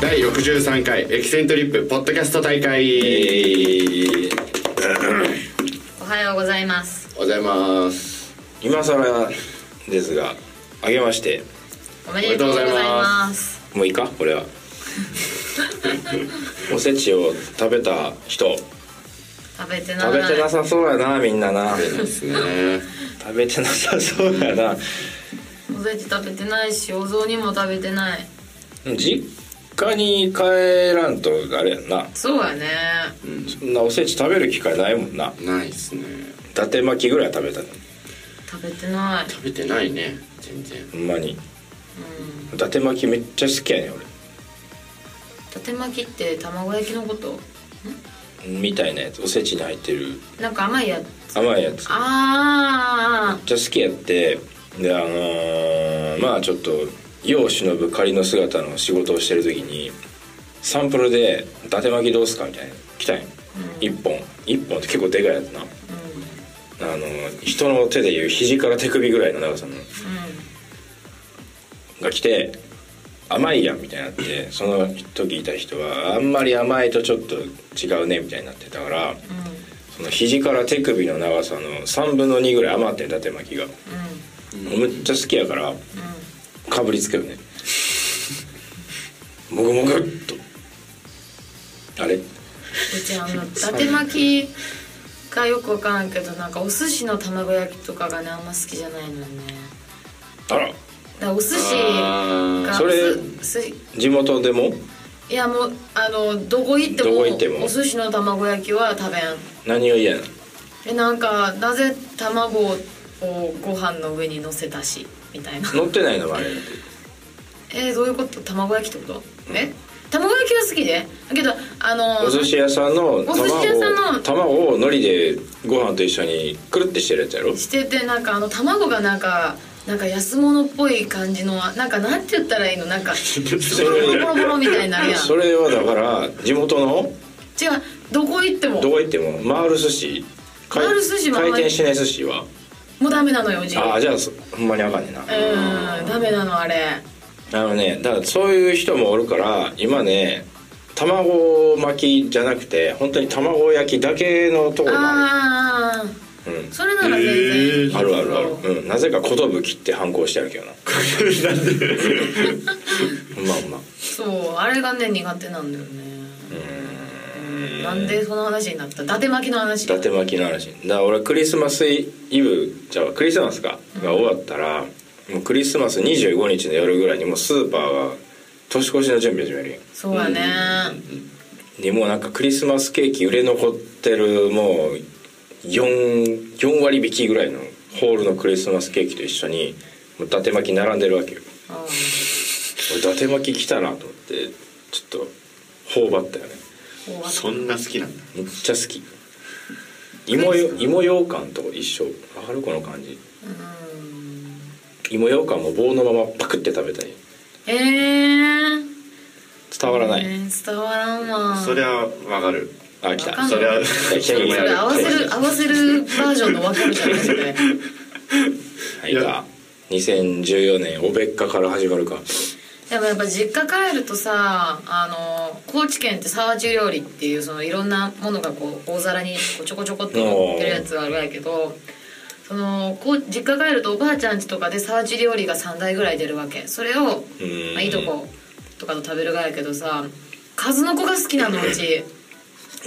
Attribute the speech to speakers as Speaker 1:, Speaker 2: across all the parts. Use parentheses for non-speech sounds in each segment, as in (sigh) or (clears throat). Speaker 1: 第63回エキセントリップポッドキャスト大会
Speaker 2: おはようございます
Speaker 1: おはようございます
Speaker 3: 今更ですがあげまして
Speaker 2: おめでとうございます
Speaker 3: もういいかこ (laughs) れはおせちを食べた人
Speaker 2: 食べてな
Speaker 3: 食べてなさそうやなみんなな
Speaker 1: ですね
Speaker 3: 食べてなさそうやな
Speaker 2: おせち食べてないしお雑煮も食べてない
Speaker 3: 実家に帰らんとあれやんな
Speaker 2: そうやね
Speaker 3: そんなおせち食べる機会ないもんな
Speaker 1: ないですね
Speaker 3: 伊達巻きぐらい食べたの
Speaker 2: 食べてない
Speaker 1: 食べてないね全然
Speaker 3: ほんまに伊達巻きめっちゃ好きやねん
Speaker 2: 伊達巻きって卵焼きのこと
Speaker 3: 俺みたいなやつおせちに入ってる
Speaker 2: なんか甘いやつ
Speaker 3: 甘いやつ
Speaker 2: あ
Speaker 3: めっちゃ好きやってであのーまあちょっと世を忍ぶ仮の姿の仕事をしてる時にサンプルで「伊達巻きどうすか?」みたいな来たんよ、一本一本って結構でかいやつな、あのー人の手でいう肘から手首ぐらいの長さの
Speaker 2: ーう
Speaker 3: が来て「甘いやん」みたいになってその時いた人はあんまり甘いとちょっと違うねみたいになってたから
Speaker 2: んうん
Speaker 3: その肘から手首の長さの3分の2ぐらい余ってん伊達巻きが、めっちゃ好きやからかぶりつけるねもぐもぐっとあれ
Speaker 2: うち (laughs) あの伊達巻きがよくわからんけどなんかお寿司の卵焼きとかがねあんま好きじゃないのよね
Speaker 3: あら
Speaker 2: だからお寿司
Speaker 1: あ
Speaker 2: が
Speaker 3: それ
Speaker 2: すす
Speaker 3: 地元でも
Speaker 2: いやもうあのどこ行っても
Speaker 3: どこ行っても
Speaker 2: お寿司の卵焼きは食べん
Speaker 3: 何が嫌なの
Speaker 2: えなんかなぜ卵をご飯の上に乗せたしみたいな
Speaker 3: 乗ってないのもあれ
Speaker 2: えーどういうこと卵焼きってことえ卵焼きは好きでだけどあの
Speaker 3: お寿司屋さん
Speaker 2: お
Speaker 3: の
Speaker 2: 寿司屋さんの
Speaker 3: 卵を卵を海苔でご飯と一緒にくるってしてるやつやろ
Speaker 2: しててなんかあの卵がなんかなんか安物っぽい感じのなんかなんて言ったらいいのなんか
Speaker 3: (laughs) そ
Speaker 2: ボロ
Speaker 3: れ
Speaker 2: ボロボロみたいになるやん
Speaker 3: それはだから地元の
Speaker 2: 違うどこ行っても
Speaker 3: どこ行っても回る寿司回
Speaker 2: 回る寿司はあん
Speaker 3: 回
Speaker 2: まり
Speaker 3: 転しない寿司は
Speaker 2: もうダメなのようちう
Speaker 3: ああじゃあそほんまにあかんねんな、
Speaker 2: んダメなのあれ
Speaker 3: あのねだからそういう人もおるから今ね卵巻きじゃなくて本当に卵焼きだけのところがあ
Speaker 2: ああ
Speaker 3: る、うん
Speaker 2: それなら全然いいけど
Speaker 3: あるあるある、うん、なぜか寿って反抗してあるけどななんでまあまあ
Speaker 2: そうあれがね苦手なんだよねうんなんでその話になった伊達巻きの話
Speaker 3: 伊達巻きの話だから俺クリスマスイブじゃあクリスマスかが終わったらもうクリスマス25日の夜ぐらいにもうスーパーが年越しの準備始めるやん
Speaker 2: そうやね
Speaker 3: でもうなんかクリスマスケーキ売れ残ってるもう 4, 4割引きぐらいのホールのクリスマスケーキと一緒にもう伊達巻き並んでるわけよ
Speaker 2: あ
Speaker 3: 俺伊達巻き来たなと思ってちょっと頬張ったよね
Speaker 2: あ
Speaker 1: そんな好きなんだ
Speaker 3: めっちゃ好き芋よ芋羊羹と一緒わかるこの感じ芋羊羹も棒のままパクって食べたい
Speaker 2: えー
Speaker 3: 伝わらない、
Speaker 2: えー伝わらんわ
Speaker 1: それはわかる
Speaker 3: あ来
Speaker 2: わ
Speaker 3: た
Speaker 2: かん
Speaker 1: そ
Speaker 2: ない
Speaker 1: れは
Speaker 3: 来た来た
Speaker 2: それ合わせる合わせるバージョンの分かるじゃないですかね
Speaker 3: はいか2014年おべっかから始まるか
Speaker 2: でもやっぱ実家帰るとさあの高知県って沢中料理っていうそのいろんなものがこう大皿にこうちょこちょこって乗ってるやつがあるやけどそのこう実家帰るとおばあちゃん家とかで沢中料理が3台ぐらい出るわけそれを
Speaker 3: ん、
Speaker 2: まあ、いいとことかと食べるがやけどさ数の子が好きなのうち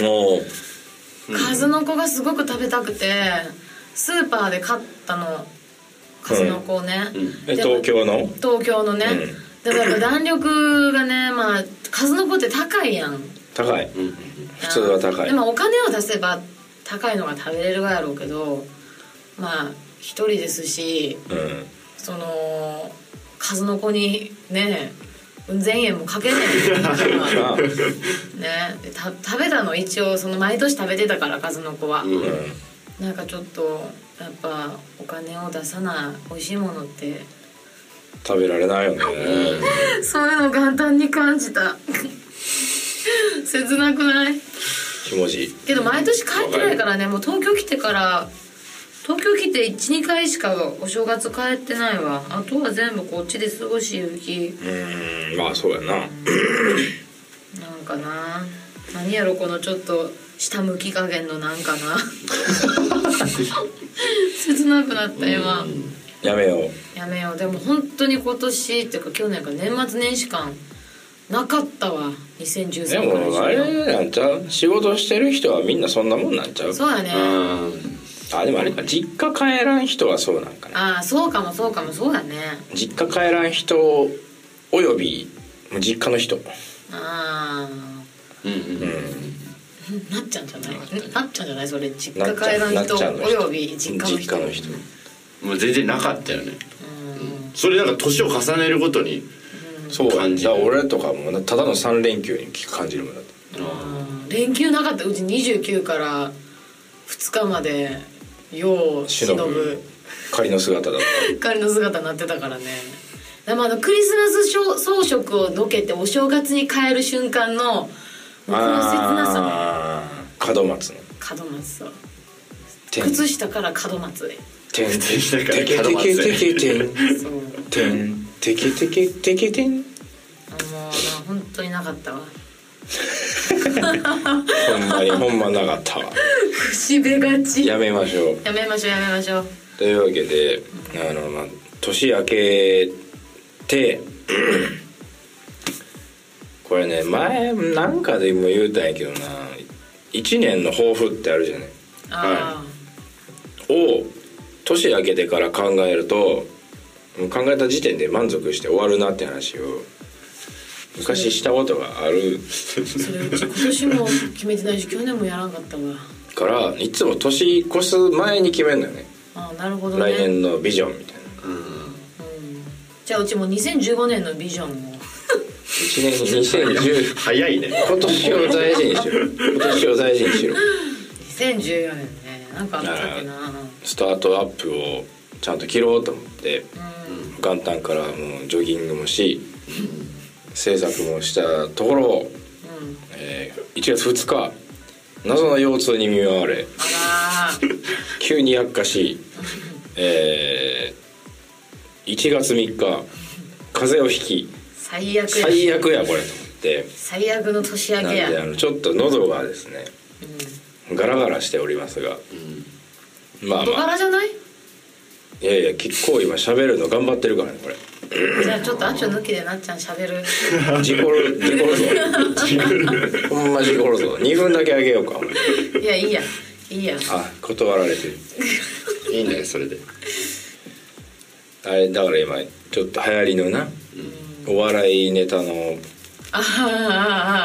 Speaker 3: もう
Speaker 2: 数の子がすごく食べたくてスーパーで買ったの数の子をね、
Speaker 3: え
Speaker 2: でも
Speaker 3: 東京の
Speaker 2: 東京のね、でもやっぱ弾力が
Speaker 3: (laughs)
Speaker 2: ねまあ数の子って高いやん
Speaker 3: 高い、
Speaker 1: ん
Speaker 3: 普通は高い
Speaker 2: でもお金を出せば高いのが食べれるがやろうけどまあ一人ですし
Speaker 3: うん
Speaker 2: その数の子にねうん千円もか
Speaker 3: (laughs)
Speaker 2: けない
Speaker 3: まあ、
Speaker 2: ねでた食べたの一応その毎年食べてたから数の子は、
Speaker 1: うん
Speaker 2: なんかちょっとやっぱお金を出さない美味しいものって
Speaker 3: 食べられないよね
Speaker 2: (laughs) そういうの簡単に感じた切なくない
Speaker 3: 気持ちいい
Speaker 2: けど毎年帰ってないからねもう東京来てから東京来て12回しかお正月帰ってないわあとは全部こっちで過ごし行き
Speaker 3: うーんまあそうやな
Speaker 2: なんかな何やろこのちょっと下向き加減のなんかな
Speaker 3: (laughs)
Speaker 2: 切なくなった今、
Speaker 3: やめよ
Speaker 2: やめようでも本当に今年っていうか去年か年末年始間なかったわ
Speaker 3: うで
Speaker 2: 2013から
Speaker 3: もあれなんちゃう仕事してる人はみんなそんなもんなんちゃう
Speaker 2: そうやね、
Speaker 1: うん
Speaker 3: あでもあれか実家帰らん人はそうなんかな
Speaker 2: ああそうかもそうかもそうだね
Speaker 3: 実家帰らん人および実家の人
Speaker 2: あ
Speaker 1: うんうん
Speaker 2: あなっちゃんじゃないなっちゃんじゃないそれ実
Speaker 3: な
Speaker 2: 家
Speaker 3: っちゃ
Speaker 2: 帰
Speaker 3: う
Speaker 2: ら
Speaker 3: なんっちゃうの
Speaker 2: 人お
Speaker 3: 人
Speaker 2: よび実家の人
Speaker 3: 実家の人
Speaker 1: もう全然なかったよね
Speaker 2: うん
Speaker 1: それなんか年を重ねるごとに
Speaker 3: そうや
Speaker 1: 感
Speaker 3: ん
Speaker 1: じ
Speaker 3: だから俺とかもなただの3連休に聞く感じるもんだって
Speaker 2: うん連休なかったうち29から2日までよう忍
Speaker 3: 忍
Speaker 2: ぶ
Speaker 3: ぶ仮の姿だっ
Speaker 2: 仮の姿になってたからねでもあのクリスマスショ装飾をどけてお正月に変える瞬間のもうこ
Speaker 3: た
Speaker 2: の切なさ
Speaker 3: あー門松の
Speaker 2: ね門松さん
Speaker 3: 天
Speaker 2: 靴下から門松へ
Speaker 3: 天
Speaker 1: 靴下から
Speaker 3: てけ
Speaker 1: 門
Speaker 3: て
Speaker 1: 松
Speaker 3: けてけてん
Speaker 2: そう
Speaker 3: てんてけてけてけてん
Speaker 2: もうな本当になかったわ
Speaker 3: ほんまにほんまなかったわ
Speaker 2: 節目がち
Speaker 3: やめましょう
Speaker 2: やめましょうやめましょう
Speaker 3: というわけであの、まあ、年明けて (clears throat) これね前なんかでも言うたんやけどな1年の抱負ってあるじゃない
Speaker 2: あ
Speaker 3: を年明けてから考えるともう考えた時点で満足して終わるなって話を昔したことがある
Speaker 2: あそれうち今年も決めてないし去年もやらんかったわ
Speaker 3: からいつも年越す前に決めるのよね
Speaker 2: ああなるほどね
Speaker 3: 来年のビジョンみたいな
Speaker 2: じゃあうちも2015年のビジョンを
Speaker 3: 1年
Speaker 1: (laughs)
Speaker 3: 2010
Speaker 1: 早いね
Speaker 3: 今年を大事にしろ今年を大事にしろ
Speaker 2: 2014年ねなんかあったっけな
Speaker 3: スタートアップをちゃんと切ろうと思って元旦からもうジョギングもし制作もしたところ
Speaker 2: うん、うん、
Speaker 3: えー1月2日謎の腰痛に見舞われ
Speaker 2: あらー
Speaker 3: 急に悪化し、えー1月3日風邪をひき
Speaker 2: 最悪や
Speaker 3: 最悪やこれと思って
Speaker 2: 最悪の年明
Speaker 3: な
Speaker 2: け
Speaker 3: ん
Speaker 2: や
Speaker 3: であのちょっと喉がですねガラガラしておりますがまあ
Speaker 2: 小
Speaker 3: まあ
Speaker 2: 柄じゃない
Speaker 3: いやいや結構今喋るの頑張ってるからねこれ
Speaker 2: じゃあちょっとあっちょ抜きでなっちゃんしゃべる
Speaker 3: 事故る事
Speaker 2: (laughs)
Speaker 3: 故るぞほんま事故るぞ2分だけあげようか
Speaker 2: いやいいやいいや
Speaker 3: あ断られてる
Speaker 1: いいねそれで
Speaker 3: あれだから今ちょっと流行りのな、お笑いネタの
Speaker 2: あーあ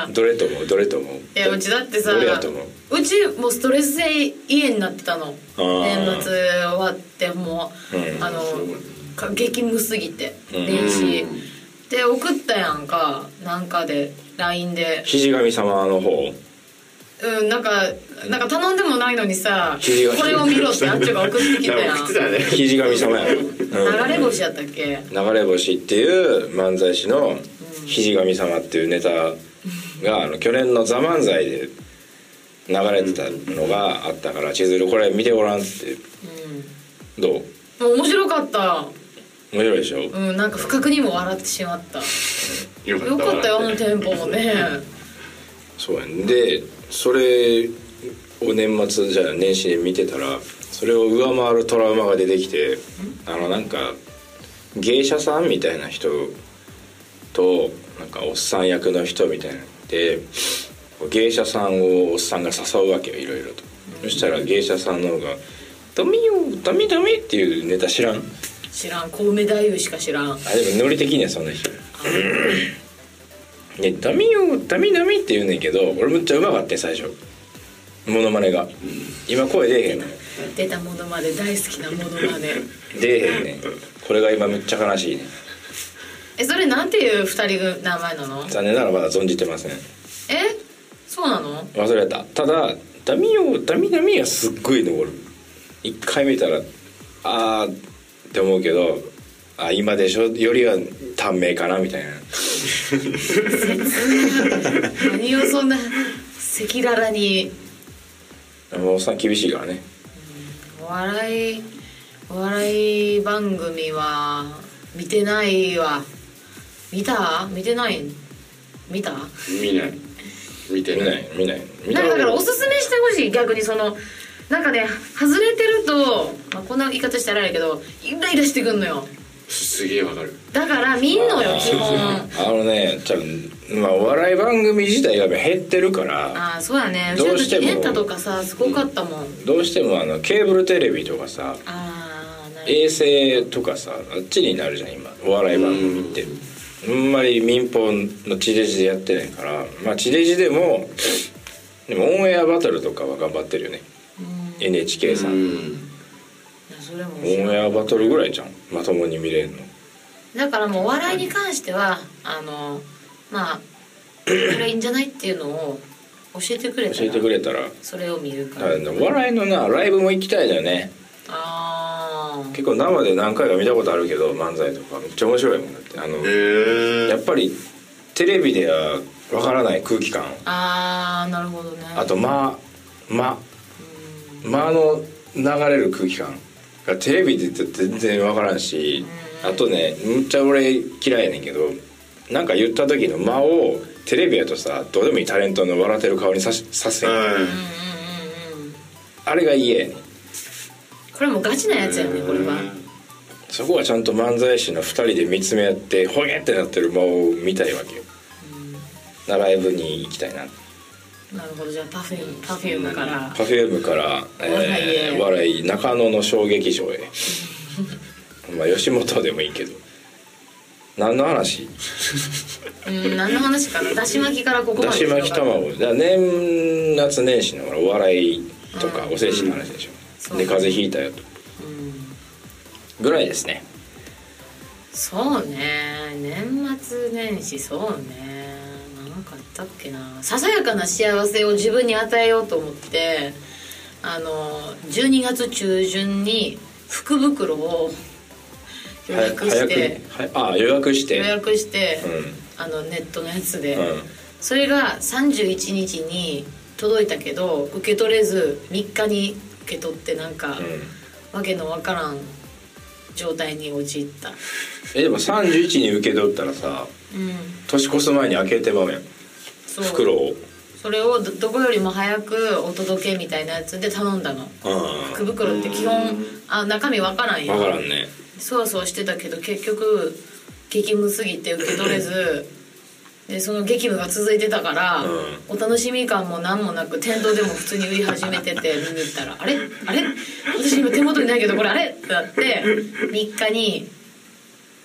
Speaker 2: ーあー
Speaker 3: どれと思うどれと思う
Speaker 2: いやうちだってさ
Speaker 3: どれやと思う
Speaker 2: うちもうストレスで家になってたの
Speaker 3: あー
Speaker 2: 年末終わってもう、
Speaker 3: うん
Speaker 2: あのか激務すぎて
Speaker 3: うん
Speaker 2: 練習で送ったやんかなんかで LINE で
Speaker 3: 肘神様の方
Speaker 2: うんなんかなんか頼んでもないのにさ
Speaker 3: 切りが
Speaker 2: これを見ろってあっちが送ってきた
Speaker 3: (laughs)
Speaker 2: やん
Speaker 1: なんか靴だね
Speaker 3: 肘神様やろ、うん
Speaker 2: 流れ星やったっけ
Speaker 3: 流れ星っていう漫才師の肘神様っていうネタがあの去年の「ザ漫才で流れてたのがあったから「千鶴これ見てごらん」ってどう
Speaker 2: もう面白かった
Speaker 3: 面白いでしょ、
Speaker 2: うんなんか不覚にも笑ってしまった
Speaker 1: よ
Speaker 2: よかったよあ
Speaker 1: わ
Speaker 2: のテンポもね
Speaker 3: そうやんでそれを年末じゃあ年始で見てたらそれを上回るトラウマが出てきてあのなんか芸者さんみたいな人となんかおっさん役の人みたいなのでこう芸者さんをおっさんが誘うわけよいろいろとそしたら芸者さんの方が「ダメよダメダメ」っていうネタ知らん
Speaker 2: 知らん小梅太夫しか知らん
Speaker 3: あでもノリ的にはそんな人ねダミよダミダミって言うねんけど俺むっちゃうまかったよ最初モノマネが今声出えへんねん
Speaker 2: 出たものまで大好きなものまで
Speaker 3: 出えへんねんこれが今むっちゃ悲しいねん
Speaker 2: えそれなんていう二人組名前なの
Speaker 3: 残念ながらまだ存じてません
Speaker 2: えそうなの
Speaker 3: 忘れたただダミよダミダミはすっごい残る一回見たらあーって思うけどあ今でしょよりは短命かなみたいな
Speaker 2: 何をそんな赤裸々に
Speaker 3: でもおっさん厳しいからね
Speaker 2: お笑いお笑い番組は見てないわ見た見てない見た
Speaker 1: 見ない見て
Speaker 3: 見
Speaker 1: な
Speaker 3: ないい見ない見
Speaker 2: な
Speaker 3: た
Speaker 2: んかだからお
Speaker 3: ら
Speaker 2: すすめしてほしい逆にそのなんかね外れてると、まあ、こんな言い方したらあれやけどイライラしてくんのよ
Speaker 1: すすげえわかる
Speaker 2: だから見んのよ基本
Speaker 3: あのね多分まあお笑い番組自体が減ってるから
Speaker 2: ああそうやねうち
Speaker 3: ど
Speaker 2: の
Speaker 3: うして
Speaker 2: 時
Speaker 3: も
Speaker 2: エンタとかさすごかったもん、
Speaker 3: どうしてもあのケーブルテレビとかさ
Speaker 2: ああなる
Speaker 3: 衛星とかさあっちになるじゃん今お笑い番組ってあんまり民放の地デジでやってないからまあ地デジでもでもオンエアバトルとかは頑張ってるよね
Speaker 2: うん
Speaker 3: NHK さ
Speaker 1: うんん
Speaker 2: いやそれも
Speaker 3: オンエアバトルぐらいじゃんまともに見れるの
Speaker 2: だからもうお笑いに関してはあのまあこれいいんじゃないっていうのを教えてくれた
Speaker 3: 教え
Speaker 2: ら
Speaker 3: てくれたら
Speaker 2: それを見るから、
Speaker 3: あのお笑いのなライブも行きたいだよね
Speaker 2: ああ
Speaker 3: 結構生で何回か見たことあるけど漫才とかめっちゃ面白いもんだってあの
Speaker 1: へ
Speaker 3: やっ
Speaker 1: え
Speaker 3: ぱりテレビではわからない空気感
Speaker 2: あーなるほどね
Speaker 3: あと間間間の流れる空気感がテレビで全然わからんしあとねむっちゃ俺嫌いやねんけどなんか言った時の間をテレビやとさどうでもいいタレントの笑ってる顔にさしさせん
Speaker 1: は
Speaker 2: うんうんうんうん
Speaker 3: あれが嫌やねん
Speaker 2: これもうガチなやつやねこれは
Speaker 3: そこはちゃんと漫才師の2人で見つめ合ってほげってなってる間を見たいわけよなライブに行きたいな
Speaker 2: なるほどじゃあパフュームパフュームから
Speaker 3: パフュームから、えー、
Speaker 2: お
Speaker 3: 笑い中野の小劇場へ (laughs) まあ吉本でもいいけど何の話
Speaker 2: うん何の話か (laughs) なだし巻きからここま
Speaker 3: だ
Speaker 2: で
Speaker 3: し巻き
Speaker 2: がる
Speaker 3: 卵だから年末年始のほらお笑いとか
Speaker 2: うん
Speaker 3: お精神の話でしょ、
Speaker 2: うん
Speaker 3: で風邪ひいたよと
Speaker 2: うん
Speaker 3: ぐらいですね
Speaker 2: そうね年末年始そうねなんかあったっけなささやかな幸せを自分に与えようと思ってあの12月中旬に福袋を予
Speaker 3: 早
Speaker 2: 約し
Speaker 3: く早く
Speaker 2: て
Speaker 3: はいあ予約して
Speaker 2: 予約して、
Speaker 3: う
Speaker 2: あのネットのやつで、
Speaker 3: ん、うん、
Speaker 2: それが31日に届いたけど受け取れず3日に受け取ってなんか、
Speaker 3: うん
Speaker 2: わけのわからん状態に陥った
Speaker 3: えでも31に受け取ったらさ
Speaker 2: うん
Speaker 3: 年越す前に開けてまうやん
Speaker 2: そう
Speaker 3: 袋を
Speaker 2: それをどどこよりも早くお届けみたいなやつで頼んだの
Speaker 3: う
Speaker 2: 福袋って基本あ中身わからん
Speaker 3: ん
Speaker 2: や
Speaker 3: 分からんね
Speaker 2: そわそわしてたけど結局激務すぎて受け取れずでその激務が続いてたから、
Speaker 3: う
Speaker 2: お楽しみ感も何もなく店頭でも普通に売り始めてて見に行ったら「あれあれ私今手元にないけどこれあれ?」ってなって3日に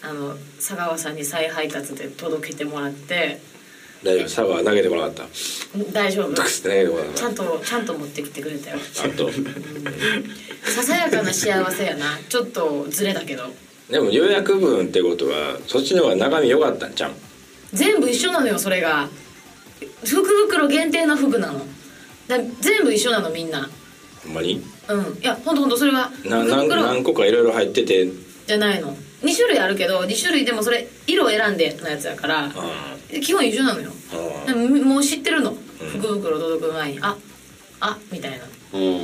Speaker 2: あの佐川さんに再配達で届けてもらって
Speaker 3: 大丈夫サバ投げてこなかった (laughs)
Speaker 2: 「大丈夫
Speaker 3: クスって投げてこなかっ
Speaker 2: ちゃんとちゃんと持ってきてくれたよ」
Speaker 3: たあと
Speaker 2: ささやかな幸せやなちょっとずれだけど
Speaker 3: でも予約分ってことはそっちの方が中身良かったんじゃん
Speaker 2: 全部一緒なのよそれが福袋限定の服なのだ全部一緒なのみんな
Speaker 3: ほんまに
Speaker 2: うんいやほんとほんとそれは福
Speaker 3: な何何
Speaker 2: 袋
Speaker 3: 個かいろいろ入っててうん
Speaker 2: じゃないの2種類あるけど2種類でもそれ色を選んでのやつやから基本一緒なのよでももう知ってるの福袋届く前にああみたい
Speaker 1: う
Speaker 2: な
Speaker 1: ん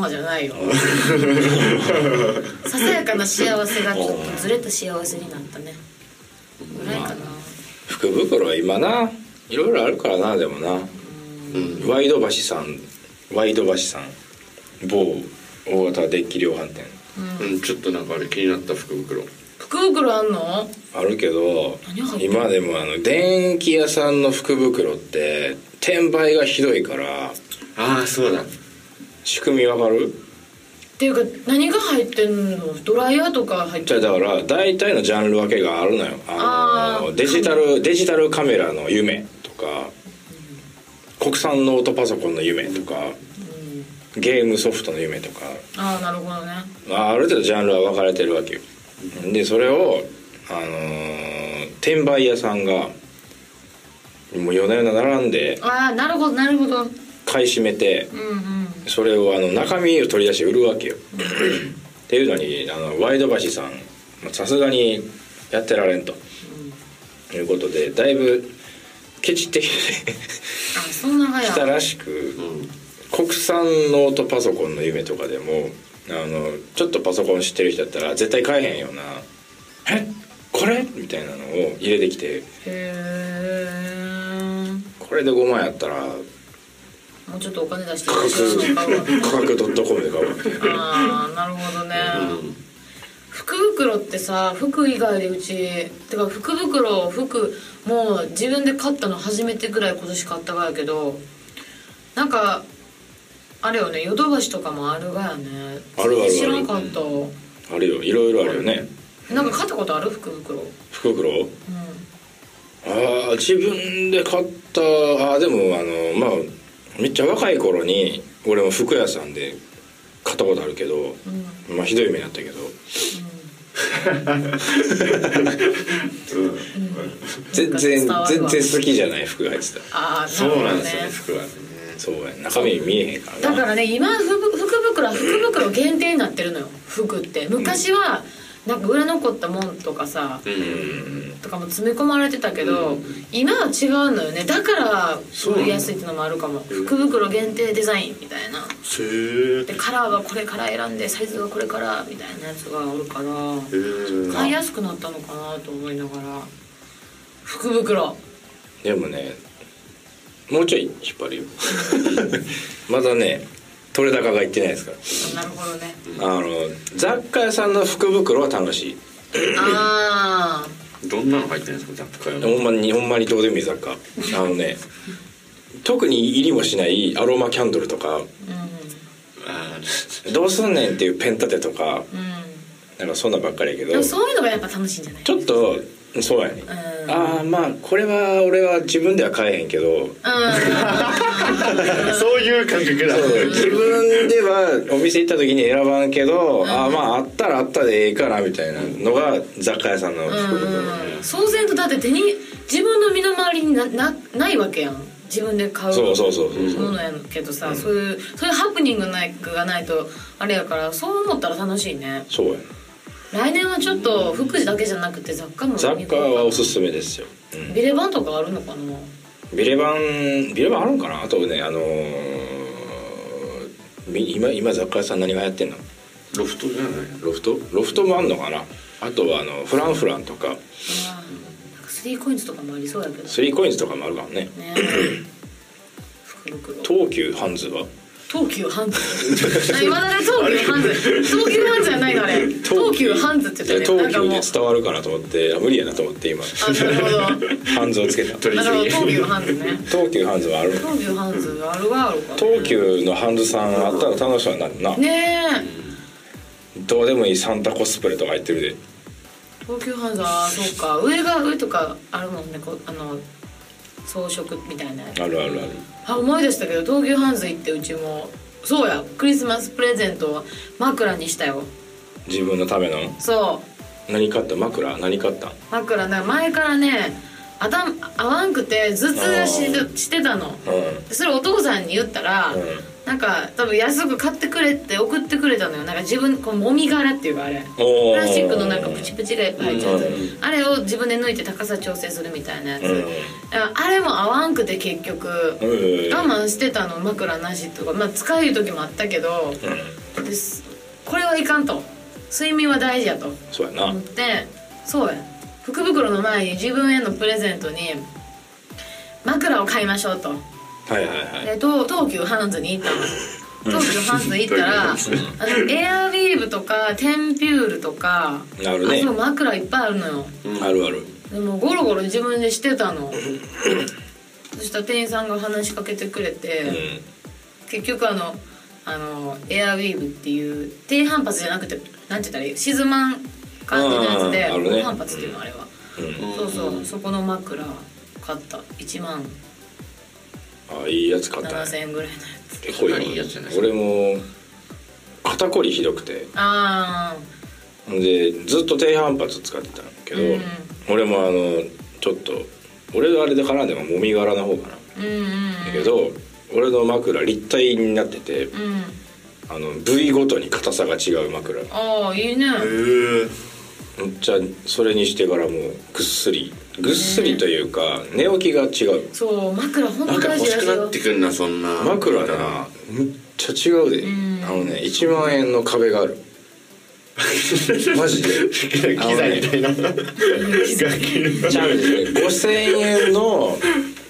Speaker 2: はあじゃない
Speaker 3: (laughs)
Speaker 2: よささやかな幸せがちょっとずれた幸せになったねぐらいかな
Speaker 3: 福袋は今ないろいろあるからなでもな
Speaker 1: うん
Speaker 3: ワイド橋さんワイド橋さん某大型デッキ量販店
Speaker 1: うんちょっとなんかあれ気になった福袋
Speaker 2: 福袋あんの
Speaker 3: あるけど
Speaker 2: 何入ってる
Speaker 3: 今でもあの電気屋さんの福袋って転売がひどいから
Speaker 1: ああそうだ
Speaker 3: 仕組みわかる
Speaker 2: っていうか何が入ってんのドライヤーとか入っ
Speaker 3: じ
Speaker 2: て
Speaker 3: ゃあ
Speaker 2: る
Speaker 3: だから大体のジャンル分けがあるのよあの
Speaker 2: あー
Speaker 3: デジタルデジタルカメラの夢とか国産ノートパソコンの夢とかゲームソフトの夢とか
Speaker 2: ああなるほどね
Speaker 3: まあある程度ジャンルは分かれてるわけよでそれをあのー転売屋さんがもう夜な夜な並んで
Speaker 2: ああなるほどなるほどうん
Speaker 3: 買い占めて
Speaker 2: うん
Speaker 3: それをあの中身を取り出して売るわけよっていうのにあのワイド橋さんまあさすがにやってられんと、いうことでだいぶケチってきて
Speaker 2: あそんな早
Speaker 3: きたらしく
Speaker 1: うん
Speaker 3: 国産ノートパソコンの夢とかでもあのちょっとパソコン知ってる人だったら絶対買えへんような「えこれ?」みたいなのを入れてきて
Speaker 2: へえ
Speaker 3: 「ここれで5万やったら
Speaker 2: もうちょっとお金出して
Speaker 3: 価
Speaker 2: (laughs)
Speaker 3: (laughs) 格価格 .com で買おう
Speaker 2: ああなるほどね、福袋ってさ服以外でうちてか福袋服もう自分で買ったの初めてぐらい今年買ったがやけどなんかあれよねヨドバシとかもあるがやね
Speaker 3: あるあるある
Speaker 2: 知らんかった、
Speaker 3: あるよいろいろあるよね
Speaker 2: なんか買ったことある福袋うん
Speaker 3: 福袋ああ自分で買ったあーでもあのまあめっちゃ若い頃に俺も服屋さんで買ったことあるけど、
Speaker 2: うん
Speaker 3: まあひどい目にあったけど全然
Speaker 2: 伝わる
Speaker 3: 全然
Speaker 2: わ
Speaker 3: 好きじゃない服が入ってた
Speaker 2: ああ
Speaker 1: そうなんですよね
Speaker 2: ね
Speaker 3: 服がねそうや中身見えへんからな
Speaker 2: だからね今福福袋は福袋限定になってるのよ服って昔はなんか売れ残ったもんとかさ、
Speaker 3: うん
Speaker 2: とかも詰め込まれてたけど、今は違うのよねだから
Speaker 1: そうなの
Speaker 2: 売りやすいってのもあるかも福袋限定デザインみたいな
Speaker 1: へ
Speaker 2: でカラーはこれから選んでサイズはこれからみたいなやつがあるから
Speaker 1: え
Speaker 2: 買いやすくなったのかなと思いながら福袋
Speaker 3: でもねもうちょい引っ張るよ (laughs) まだね取れ高がいってないですから
Speaker 2: なるほどね
Speaker 3: あの雑貨屋さんの福袋は楽しい
Speaker 2: ああ
Speaker 1: どんなの入ってるんですか雑貨屋の
Speaker 3: ほんまにほんまにどうでもいい雑貨あのね特に入りもしないアロマキャンドルとか
Speaker 2: う
Speaker 1: あー
Speaker 3: どうすんねんっていうペン立てとか
Speaker 2: んうん
Speaker 3: なんかそんなんばっかりやけ
Speaker 2: でも
Speaker 3: ど
Speaker 2: そういうのがやっぱ楽しいんじゃない
Speaker 3: ちょっとそうやね
Speaker 2: うん
Speaker 3: ああまあこれは俺は自分では買えへんけど
Speaker 1: そういう感覚だ
Speaker 3: 自分ではお店行った時に選ばんけどああまああったらあったでええかなみたいなのが雑貨屋さんの
Speaker 2: う
Speaker 3: 福袋
Speaker 2: んうんそうせんとだって手に自分の身の回りにななないわけやん自分で買う
Speaker 3: そうそうそうそう
Speaker 2: ものやけどさ、そういうそういうハプニングないがないとあれやからそう思ったら楽しいね
Speaker 3: そうやね
Speaker 2: 来年はちょっと福祉だけじゃなくて雑貨も
Speaker 3: 雑貨はおす
Speaker 2: め
Speaker 3: すめですよ、うん
Speaker 2: ビレバンとかあるのかな
Speaker 3: ビレバンビレバンあるんかなあとねあのーみ今今雑貨屋さん何がやってんの
Speaker 1: ロフトじゃない
Speaker 3: ロフトロフトもあんのかなあとはあのフランフランとか
Speaker 2: あーなんかスリーコインズとかもありそうやけど
Speaker 3: (laughs) スリーコインズとかもあるからね
Speaker 2: ね福袋
Speaker 3: 東急ハンズは
Speaker 2: 東急ハンズあ今だね東急ハンズ東急ハンズじゃないのあれ東急ハンズって言った
Speaker 3: い
Speaker 2: ね
Speaker 3: や
Speaker 2: なんか
Speaker 3: 東
Speaker 2: もう
Speaker 3: 急で伝わるかなと思ってあ無理やなと思って今
Speaker 2: あなるほど
Speaker 3: ハンズをつけた
Speaker 1: 取り
Speaker 2: なるほど
Speaker 1: 次
Speaker 2: 東
Speaker 1: ぎ
Speaker 2: 急ハンズね
Speaker 3: 東急ハンズはある
Speaker 2: 東急ハンズあるわあるか
Speaker 3: 東急のハンズさんあったら楽しそうになるな、
Speaker 2: ねえ
Speaker 3: どうでもいいサンタコスプレとか入ってるで
Speaker 2: 東急ハンズはそうか上が上とかあるもんねこうあの装飾みたいな
Speaker 3: あるあるある
Speaker 2: あ思い出したけど東急ハンズ行ってうちもそうやクリスマスプレゼントを枕にしたよ
Speaker 3: 自分のための
Speaker 2: そう
Speaker 3: 何買った枕何買った
Speaker 2: 枕ね前からね頭合わんくて頭痛がししてたの
Speaker 3: う
Speaker 2: それお父さんに言ったら、
Speaker 3: うん
Speaker 2: なんか多分安く買ってくれって送ってくれたのよなんか自分こうもみ殻っていうかあれ
Speaker 3: おー
Speaker 2: プラスチックのなんかプチプチがいっぱい入っちゃって
Speaker 3: うん
Speaker 2: あれを自分で抜いて高さ調整するみたいなやつ、
Speaker 3: うん
Speaker 2: あれも合わんくて結局、
Speaker 3: うん
Speaker 2: 我慢してたの枕なしとかまあ使える時もあったけど、
Speaker 3: ん
Speaker 2: ですこれはいかんと睡眠は大事やと
Speaker 3: そうやな、
Speaker 2: 思ってそうや福袋の前に自分へのプレゼントに枕を買いましょうと。
Speaker 3: はいはいはい
Speaker 2: で東東急ハンズに行ったの東急ハンズ行った
Speaker 3: (laughs)
Speaker 2: らあのエアウィーヴとかテンピュールとか
Speaker 3: なるね
Speaker 2: あと枕いっぱいあるのよ
Speaker 3: あるある
Speaker 2: でもゴロゴロ自分でしてたのそしたら店員さんが話しかけてくれ
Speaker 3: う
Speaker 2: て、
Speaker 3: ん
Speaker 2: 結局あのあのエアウィーヴっていう低反発じゃなくてなんて言ったらいいシズマン感じのやつで
Speaker 3: あーあるね
Speaker 2: 高反発っていうのあれは、そうそうそこの枕買った1万
Speaker 3: あいいやつ買った
Speaker 2: 7000
Speaker 3: ね
Speaker 2: 円ぐらいのやつ
Speaker 3: 結構
Speaker 1: いいやつじゃない
Speaker 3: 俺も肩こりひどくて
Speaker 2: ああ
Speaker 3: でずっと低反発使ってたんだけど、
Speaker 2: うん
Speaker 3: 俺もあのちょっと俺があれでからんでももみ殻の方か
Speaker 2: うん
Speaker 3: な
Speaker 2: うん
Speaker 3: だけど俺の枕立体になってて
Speaker 2: うん
Speaker 3: あの部位ごとに硬さが違う枕が
Speaker 2: ああいいね
Speaker 1: へえ
Speaker 3: むっちゃそれにしてからもうぐっすりぐっすりというか寝起きが違う
Speaker 2: そう枕ほん
Speaker 1: な
Speaker 2: と
Speaker 1: んか
Speaker 2: 大
Speaker 1: 欲
Speaker 2: 事
Speaker 1: し
Speaker 2: だ
Speaker 1: く
Speaker 2: よ
Speaker 1: なってくんなそんな
Speaker 3: 枕だなむっちゃ違うで
Speaker 2: ん
Speaker 3: あのね1万円の壁があ
Speaker 2: (laughs)
Speaker 3: るマジで
Speaker 1: (laughs) 機材みたいな
Speaker 3: ちゃうね5000円の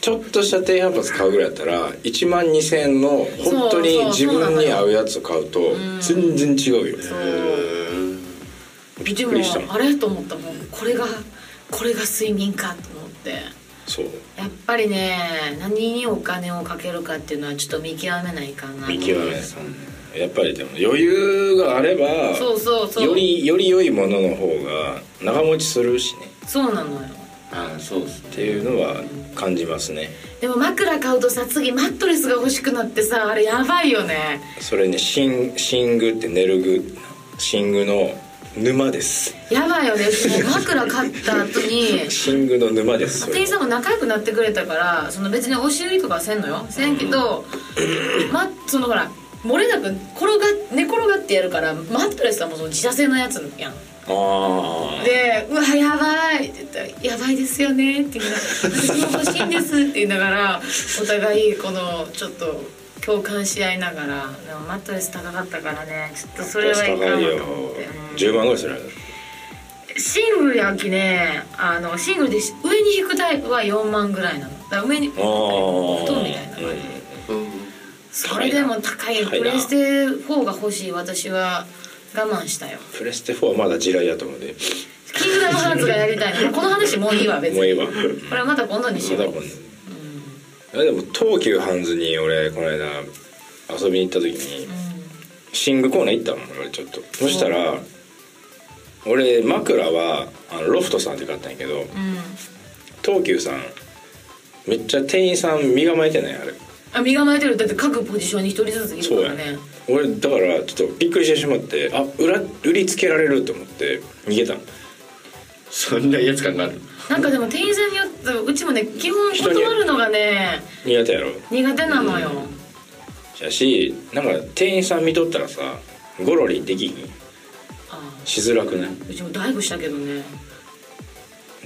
Speaker 3: ちょっとした低反発買うぐらいだったら1万2000円の本当に自分に合うやつを買うと全然違うよびっ
Speaker 2: で
Speaker 3: く
Speaker 2: も
Speaker 3: りしたもん
Speaker 2: あれと思ったもんこれがこれが睡眠かと思って
Speaker 3: そう
Speaker 2: やっぱりね何にお金をかけるかっていうのはちょっと見極めないかな
Speaker 3: 見極めないやっぱりでも余裕があれば
Speaker 2: そうそうそう
Speaker 3: よりより良いものの方が長持ちするしね
Speaker 2: そうなのよ
Speaker 1: あそうです
Speaker 3: っていうのは感じますね
Speaker 2: でも枕買うとさ次マットレスが欲しくなってさあれやばいよね
Speaker 3: それね寝寝具って寝る具寝具の沼です
Speaker 2: やばいよねもう枕買った後
Speaker 3: (laughs)
Speaker 2: に
Speaker 3: 寝具の沼ですそれ
Speaker 2: 店員さんも仲良くなってくれたからその別に押し売りとかはせんのよせんけど、ま、そのほら漏れなく転が寝転がってやるからマットレスはもうその自社製のやつやん
Speaker 3: ああ
Speaker 2: で「うわやばい」って言ったら「やばいですよね」って言いながら (laughs) 「私も欲しいんです」って言いながらお互いこのちょっと共感し合いながらでもマットレス高かったからねちょっとそれはいかんわと
Speaker 3: 高いよ
Speaker 2: 思って
Speaker 3: 10万ぐらいする
Speaker 2: シングルやんきねあのシングルでし上に引く台は4万ぐらいなのだから上に布
Speaker 3: ああ
Speaker 2: 団みたいな感じそれでも高い
Speaker 3: 高いな
Speaker 2: プレステ4が欲しい私は我慢したよ
Speaker 3: プレステ4はまだ地雷だと思うんで
Speaker 2: キングダムハーツがやりた
Speaker 3: (laughs)
Speaker 2: いのこの話もういいわ別に
Speaker 3: もういいわ
Speaker 2: これはまた今度にし
Speaker 3: そ
Speaker 2: よ
Speaker 3: うだ
Speaker 2: う
Speaker 3: もんねいやでも東急ハンズに俺この間遊びに行った時に寝具コーナー行ったもん俺ちょっとそしたら俺枕はあのロフトさんで買ったんやけど
Speaker 2: うん、うん、
Speaker 3: 東急さんめっちゃ店員さん身構えてないあれ
Speaker 2: あ身構えてるだって各ポジションに一人ずつい
Speaker 3: そう
Speaker 2: るから
Speaker 3: やね
Speaker 2: ね
Speaker 3: 俺だからちょっとびっくりしてしまってあ裏売りつけられると思って逃げたの
Speaker 1: そんな (laughs) やつ感がある
Speaker 2: なんかでも店員さんによってうちもね基本
Speaker 3: 人に
Speaker 2: 断るのがね
Speaker 3: 苦手やろ
Speaker 2: 苦手なのよ、
Speaker 3: やしなんか店員さん見とったらさゴロリできひん
Speaker 2: ああ
Speaker 3: しづらくないう
Speaker 2: ちもダイブしたけどね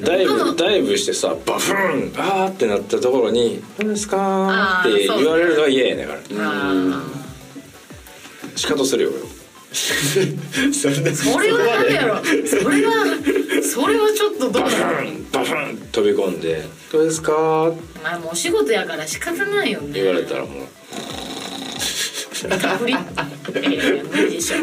Speaker 3: ダイ
Speaker 2: う
Speaker 3: ブ
Speaker 2: ん
Speaker 3: ダイブしてさバフンあーってなったところに「何ですか?」って言われるのが嫌やねんから
Speaker 2: あ
Speaker 3: 仕方するよ俺
Speaker 1: そんな
Speaker 2: あそれは何やろそれはそれはちょっとどう
Speaker 3: バフ
Speaker 2: なの
Speaker 3: ンバフン飛び込んで「どうですか?」って
Speaker 2: まあもうお仕事やから仕方ないよね
Speaker 3: 言われたらもう
Speaker 2: 無理いやいや無理でしょ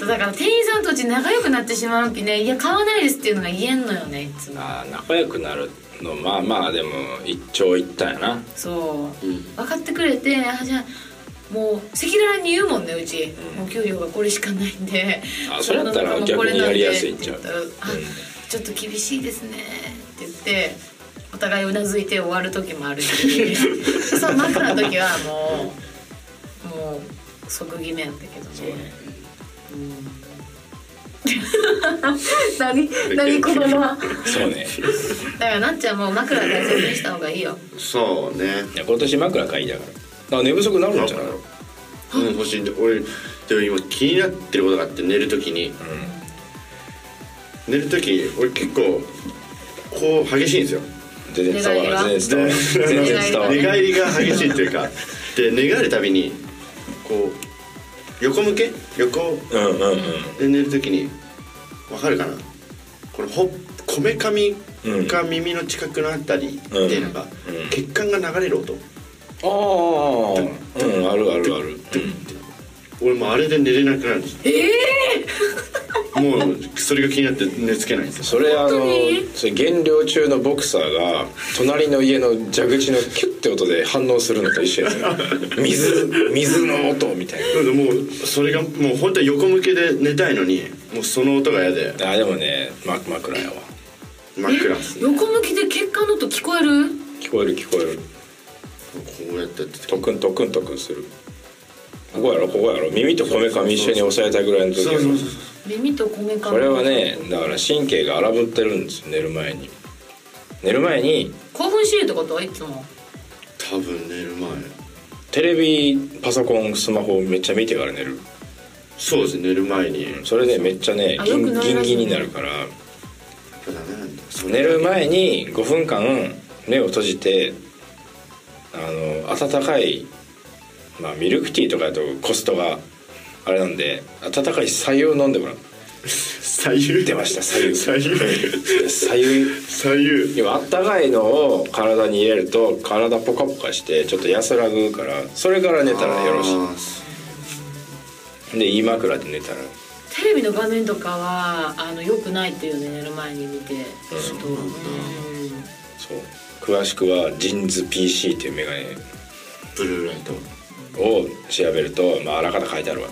Speaker 2: そうだから店員さんとうち仲良くなってしまうきねいや買わないですっていうのが言えんのよねいつも
Speaker 3: あー仲良くなるのまあまあでも一長一短やな
Speaker 2: そう、
Speaker 1: うん
Speaker 2: 分かってくれてあじゃあもう赤裸々に言うもんねうち、もう給料がこれしかないんで
Speaker 3: あそれやったら
Speaker 2: そんなのもこれなんで
Speaker 3: 逆にやりやすいんちゃう
Speaker 2: って言ったらあ
Speaker 3: うん
Speaker 2: ちょっと厳しいですねって言ってお互いうなずいて終わる時もある
Speaker 3: (laughs)
Speaker 2: しそう枕の時はもうもう即決めやったけどね (laughs) 何何このまま
Speaker 3: そうね
Speaker 2: だからなっちゃんもう枕大切にした方がいいよ
Speaker 1: そうね
Speaker 3: いや今年枕買いだからあ寝不足になるんじゃないの
Speaker 1: うん欲しいんで俺でも今気になってることがあって寝るときに、寝るとき俺結構こう激しいんですよ
Speaker 3: 全然伝わらん全然伝わらん全然伝わらん
Speaker 1: 寝返りが激しいというかで寝返るたびにこう横向け横
Speaker 3: うんうん
Speaker 1: で寝るときにわかるかなこれほこめかみか耳の近くのあたりっていうのが、
Speaker 3: うんうん
Speaker 1: 血管が流れる音
Speaker 3: うんああああうんあるあるある
Speaker 1: 俺もうあれで寝れなくなるんです
Speaker 2: ええ
Speaker 1: もうそれが気になって寝つけないんですよ
Speaker 3: それあの
Speaker 2: 本当に
Speaker 3: それ減量中のボクサーが隣の家の蛇口のキュッて音で反応するのと一緒やね水水の音みたい
Speaker 1: なのでもうそれがもう本当は横向けで寝たいのにもうその音が嫌で
Speaker 3: なあでもねま枕やわ
Speaker 1: 真っ暗っすね
Speaker 2: 横向きで血管の音聞こえる
Speaker 3: 聞こえる聞こえる
Speaker 1: こうやってやってて
Speaker 3: トクントクントクンするここやろここやろ耳とこめかみ一緒に押さえたいぐらいの時
Speaker 1: そうそうそう
Speaker 2: 耳とこめかみ
Speaker 3: これはねだから神経が荒ぶってるんですよ寝る前に寝る前に
Speaker 2: 興奮してるってこといつも
Speaker 1: 多分寝る前
Speaker 3: テレビパソコンスマホめっちゃ見てから寝る
Speaker 1: そうですね寝る前に
Speaker 3: それでめっちゃね
Speaker 2: あ
Speaker 3: ギン
Speaker 2: よくな
Speaker 3: ギ
Speaker 2: い
Speaker 3: ン
Speaker 2: らし
Speaker 3: ギ
Speaker 2: いね
Speaker 3: ンになるから
Speaker 1: やっぱダメなんだそ
Speaker 3: 寝る前に5分間目を閉じてあの温かい、まあ、ミルクティーとかだとコストがあれなんで温かい白湯を飲んでもらう
Speaker 1: 左右
Speaker 3: 出ました左右
Speaker 1: 左右
Speaker 3: 左右
Speaker 1: 左右
Speaker 3: 要はあったかいのを体に入れると体ポカポカしてちょっと安らぐからそれから寝たらよろし
Speaker 1: あー
Speaker 3: いでいい枕で寝たら
Speaker 2: テレビの画面とかはあの良くないっていうね寝る前に見てちょっとうん
Speaker 3: そう詳しくはジンズ PC っていうメ
Speaker 1: ブルーライト
Speaker 3: ガネを調べると、まあ、あらかた書いてあるわ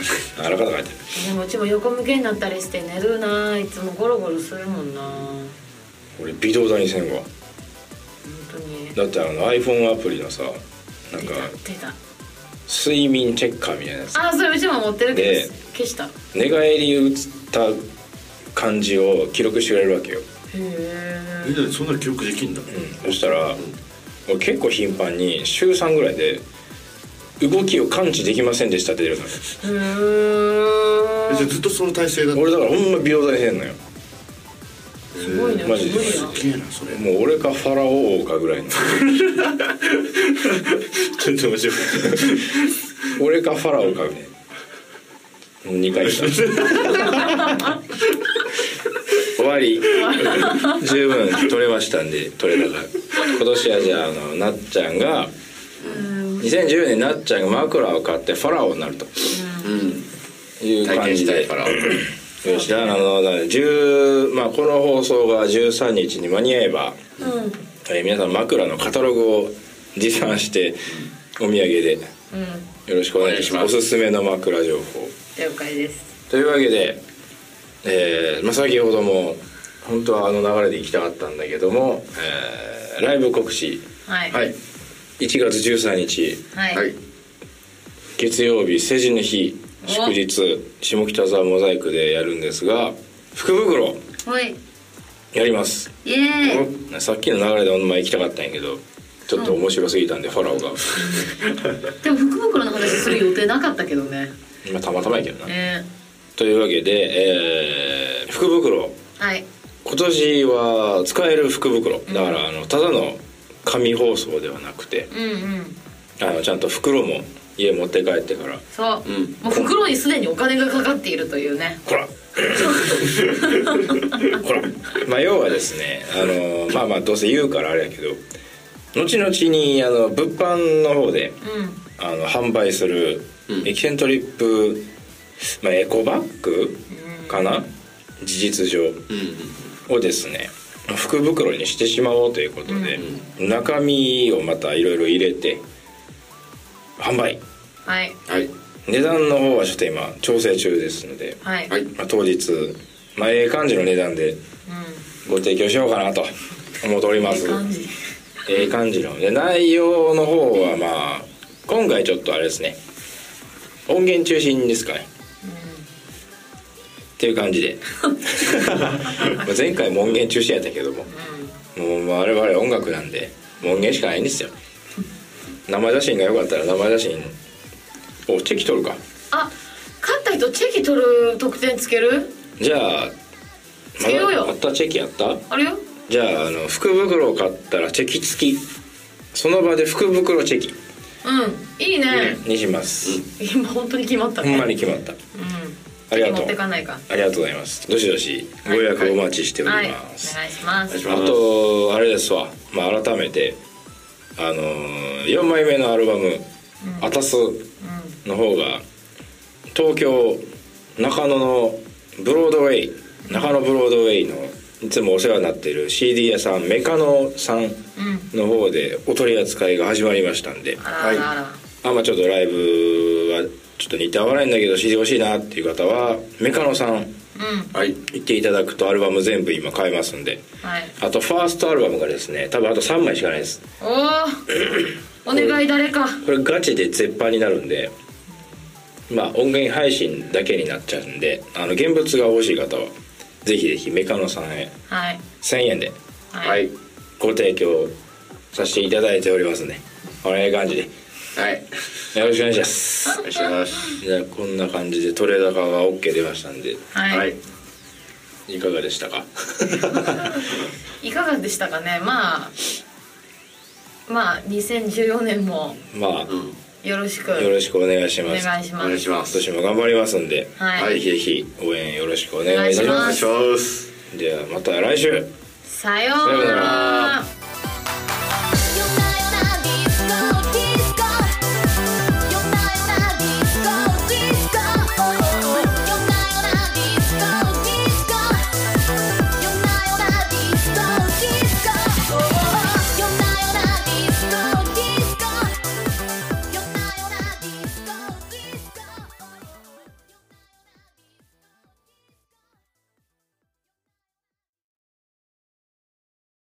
Speaker 3: (laughs) あらかた書いてある
Speaker 2: でもうちも横向けになったりして寝るないつもゴロゴロするもんな本
Speaker 3: 俺微動だにせんわ
Speaker 2: 当に
Speaker 3: だってあの iPhone アプリのさなんか
Speaker 2: 出た
Speaker 3: 睡眠チェッカーみたいなやつ
Speaker 2: あーそれうちも持ってるけ
Speaker 3: で
Speaker 2: ど消したへ
Speaker 3: 寝返り打った感じを記録してくれるわけよ、
Speaker 1: え
Speaker 2: え
Speaker 1: でもそんなの記録できんだ
Speaker 3: そしたら俺結構頻繁に週3ぐらいで動きを感知できませんでしたって出るのよ
Speaker 2: へ
Speaker 1: えじゃあ
Speaker 2: ー
Speaker 1: ずっとその体勢だった
Speaker 3: 俺だからほんま微動だにせんのよ
Speaker 2: すごいね
Speaker 3: マジで
Speaker 2: 無理
Speaker 1: す
Speaker 2: な
Speaker 1: っげえなそれ
Speaker 3: もう俺かファラオ王かぐ (laughs) らいの
Speaker 1: ちょっと面白い
Speaker 3: 俺かファラオかみたいな2回来た終わり十分取れましたんで取れたから今年はじゃああのなっちゃんが2010年なっちゃんが枕を買ってファラオになるという
Speaker 1: 体
Speaker 3: 感
Speaker 1: 験
Speaker 3: じ
Speaker 1: したい
Speaker 3: で
Speaker 1: から
Speaker 3: よしだからあのだから10まあこの放送が13日に間に合え
Speaker 2: う
Speaker 3: ば、
Speaker 2: ん
Speaker 3: えー皆さん枕のカタログを持参してお土産でよ
Speaker 2: うん
Speaker 3: ろしくお願いしま
Speaker 1: お願
Speaker 3: すお
Speaker 1: いします
Speaker 3: すすめの枕情報
Speaker 2: 了解です
Speaker 3: というわけで、えーまあ、先ほども本当はあの流れで行きたかったんだけども、えーライブ告知
Speaker 2: はい
Speaker 1: はい
Speaker 3: 1月13日
Speaker 2: はい
Speaker 1: はい
Speaker 3: 月曜日成人の日
Speaker 2: お
Speaker 3: 祝日下北沢モザイクでやるんですが福袋
Speaker 2: ほい
Speaker 3: やります
Speaker 2: イエーイ
Speaker 3: さっきの流れでお前行きたかったんやけどちょっと面白すぎたんでファラオが
Speaker 2: でも福袋の話する予定なかったけどね
Speaker 3: まあたまたまやけどな
Speaker 2: ね
Speaker 3: というわけで、えー福袋
Speaker 2: はい
Speaker 3: 今年は使える福袋だからあのただの紙包装ではなくて
Speaker 2: うんうん
Speaker 3: あのちゃんと袋も家持って帰ってから
Speaker 2: そう、
Speaker 1: うん
Speaker 2: もう袋にすでにお金がかかっているというね
Speaker 3: こら (laughs) こらまあ要はですねあのまあまあどうせ言うからあれやけど後々にあの物販の方で
Speaker 2: う
Speaker 3: あの販売する
Speaker 1: うん
Speaker 3: エキセントリップ、まあ、エコバッグかな、事実上
Speaker 1: うん
Speaker 3: をですね福袋にしてしまおうということで、中身をまたいろいろ入れて販売
Speaker 2: んはい
Speaker 1: はい
Speaker 3: 値段の方はちょっと今調整中ですので、
Speaker 2: はい、
Speaker 1: はい
Speaker 3: まあ、当日、まあ、ええ感じの値段でご提供しようかなと思っており
Speaker 2: うん
Speaker 3: ま
Speaker 2: いい
Speaker 3: す
Speaker 2: 感じ
Speaker 3: ええ感じので内容の方はまあ今回ちょっとあれですね音源中心ですかねっていう感
Speaker 2: (laughs)
Speaker 3: じでまあ前回も音源中心やったけどももう我々音楽なんでもう音源しかないんですよ生写真が良かったら生写真おチェキ取るか
Speaker 2: あ勝った人チェキ取る特典つける
Speaker 3: じゃあ
Speaker 2: つけようよ
Speaker 3: あったチェキやった
Speaker 2: あれよ
Speaker 3: じゃああの福袋を買ったらチェキ付きその場で福袋チェキ
Speaker 2: うんいいね、
Speaker 3: にします、
Speaker 2: 今本当に決まった
Speaker 3: ほん
Speaker 2: ね
Speaker 3: まに決まった
Speaker 2: うん
Speaker 3: ありがとう
Speaker 2: 持ってかないか
Speaker 3: ありがとうございます。どしどしご予約お待ちしており
Speaker 2: はいお願
Speaker 3: ま
Speaker 2: い
Speaker 3: す。
Speaker 2: します
Speaker 1: お願いします
Speaker 3: あとあれですわ。まあ改めてあのー、4枚目のアルバム「アタス」の方が東京中野のブロードウェイ中野ブロードウェイのいつもお世話になっている CD 屋さんメカノさん
Speaker 2: うん
Speaker 3: の方でお取り扱いが始まりましたんで。
Speaker 2: あらあらあら、
Speaker 3: あまあちょっとライブはちょっと似て合わないんだけど CD 欲しいなっていう方はメカノさん
Speaker 2: うん
Speaker 1: はい
Speaker 3: 行っていただくとアルバム全部今買えますんで
Speaker 2: はい
Speaker 3: あとファーストアルバムがですね多分あと3枚しかないです
Speaker 2: おおお願い誰か
Speaker 3: これガチで絶版になるんでまあ音源配信だけになっちゃうんであの現物が欲しい方はぜひぜひメカノさんへ
Speaker 2: はい
Speaker 3: 1000円で
Speaker 1: は
Speaker 2: はい
Speaker 3: ご提供させていただいておりますんでこれ感じで
Speaker 1: はい
Speaker 3: よろしくお願いします
Speaker 1: お願いします
Speaker 3: じゃあこんな感じでトレーダー側は OK 出ましたんで
Speaker 2: はい、
Speaker 1: はいい、
Speaker 3: いかがでした (laughs) か
Speaker 2: かがでしたかねまあまあ2014年も
Speaker 3: まあ
Speaker 1: うん
Speaker 2: よろしく
Speaker 3: よろしくお願いします
Speaker 2: お願いします
Speaker 1: お願いしま
Speaker 3: 今
Speaker 1: す
Speaker 3: 年も頑張りますんで、
Speaker 2: はい
Speaker 1: はい
Speaker 3: ぜひ応援よろしくお願いいたし
Speaker 2: お願
Speaker 1: お
Speaker 3: ま
Speaker 1: 願い
Speaker 2: い
Speaker 3: す
Speaker 1: します
Speaker 3: ではまた来週
Speaker 2: さよう
Speaker 3: さよう
Speaker 2: な
Speaker 3: な
Speaker 2: ら
Speaker 3: ら